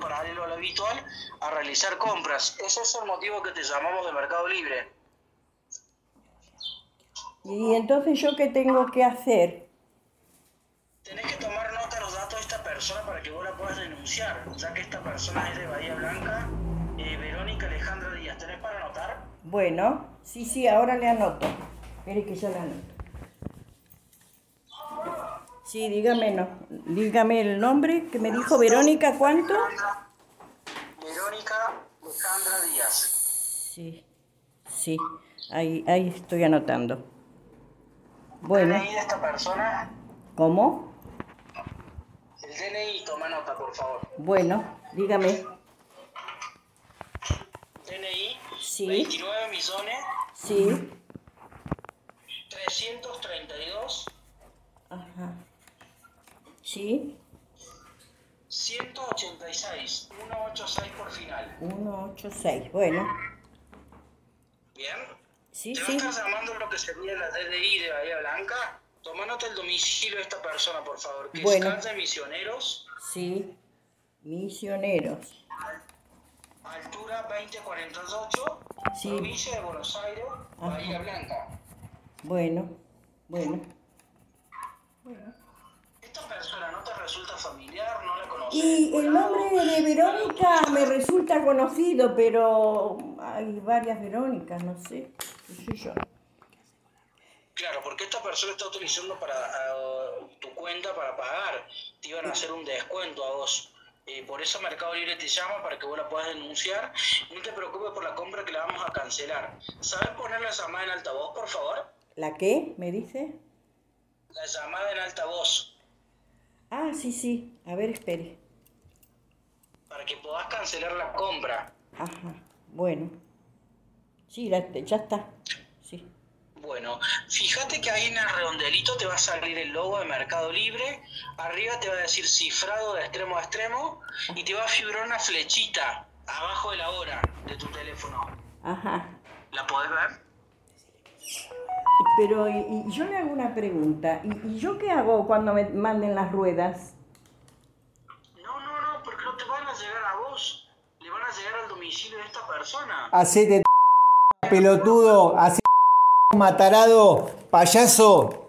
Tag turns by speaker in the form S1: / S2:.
S1: paralelo a lo habitual a realizar compras. Ese es el motivo que te llamamos de Mercado Libre.
S2: Y entonces yo qué tengo que hacer?
S1: Tenés que tomar nota de los datos de esta persona para que vos la puedas denunciar, ya que esta persona es de Bahía Blanca, eh, Verónica Alejandra Díaz. ¿Tenés para anotar?
S2: Bueno, sí, sí, ahora le anoto. Espere que yo le anoto. Sí, dígame, no, dígame el nombre que me dijo Verónica, ¿cuánto?
S1: Verónica Alejandra Díaz.
S2: Sí, sí, ahí, ahí estoy anotando. Bueno,
S1: DNI de esta persona,
S2: ¿cómo?
S1: el DNI, toma nota, por favor.
S2: Bueno, dígame.
S1: DNI
S2: Sí.
S1: 29 millones
S2: Sí,
S1: 332
S2: ajá. Sí,
S1: 186 186 por final.
S2: 186, bueno.
S1: Bien.
S2: Sí,
S1: te
S2: sí,
S1: va a estar llamando lo que sería la DDI de Bahía Blanca. Toma nota el domicilio de esta persona, por favor. Que
S2: Bueno.
S1: es calle Misioneros,
S2: sí. Misioneros.
S1: altura 2048,
S2: Sí.
S1: provincia de Buenos Aires, Bahía Blanca.
S2: Bueno, bueno.
S1: Esta persona no te resulta familiar, no la conoces.
S2: Y
S1: por
S2: el
S1: algo?
S2: nombre de Verónica me resulta conocido, pero hay varias Verónicas, no sé, qué sé yo.
S1: Claro, porque esta persona está utilizando para eh, tu cuenta para pagar. Te iban a hacer un descuento a vos. Eh, por eso Mercado Libre te llama para que vos la puedas denunciar. No te preocupes por la compra que la vamos a cancelar. ¿Sabes poner la llamada en altavoz, por favor?
S2: ¿La qué? ¿Me dice?
S1: La llamada en altavoz
S2: Ah, sí, sí. A ver, espere.
S1: para que puedas cancelar la compra.
S2: Ajá, bueno. Sí, la- ya está. Sí.
S1: Bueno, fíjate que ahí en el redondelito te va a salir el logo de Mercado Libre, arriba te va a decir cifrado de extremo a extremo y te va a figurar una flechita abajo de la hora de tu teléfono.
S2: Ajá.
S1: ¿La podés ver?
S2: Pero y, y yo le hago una pregunta. ¿Y, y yo qué hago cuando me manden las ruedas?
S1: No, no, no, porque no te van a llegar a vos, le van a llegar al domicilio de esta persona.
S3: Hacete pelotudo, hacete matarado, payaso.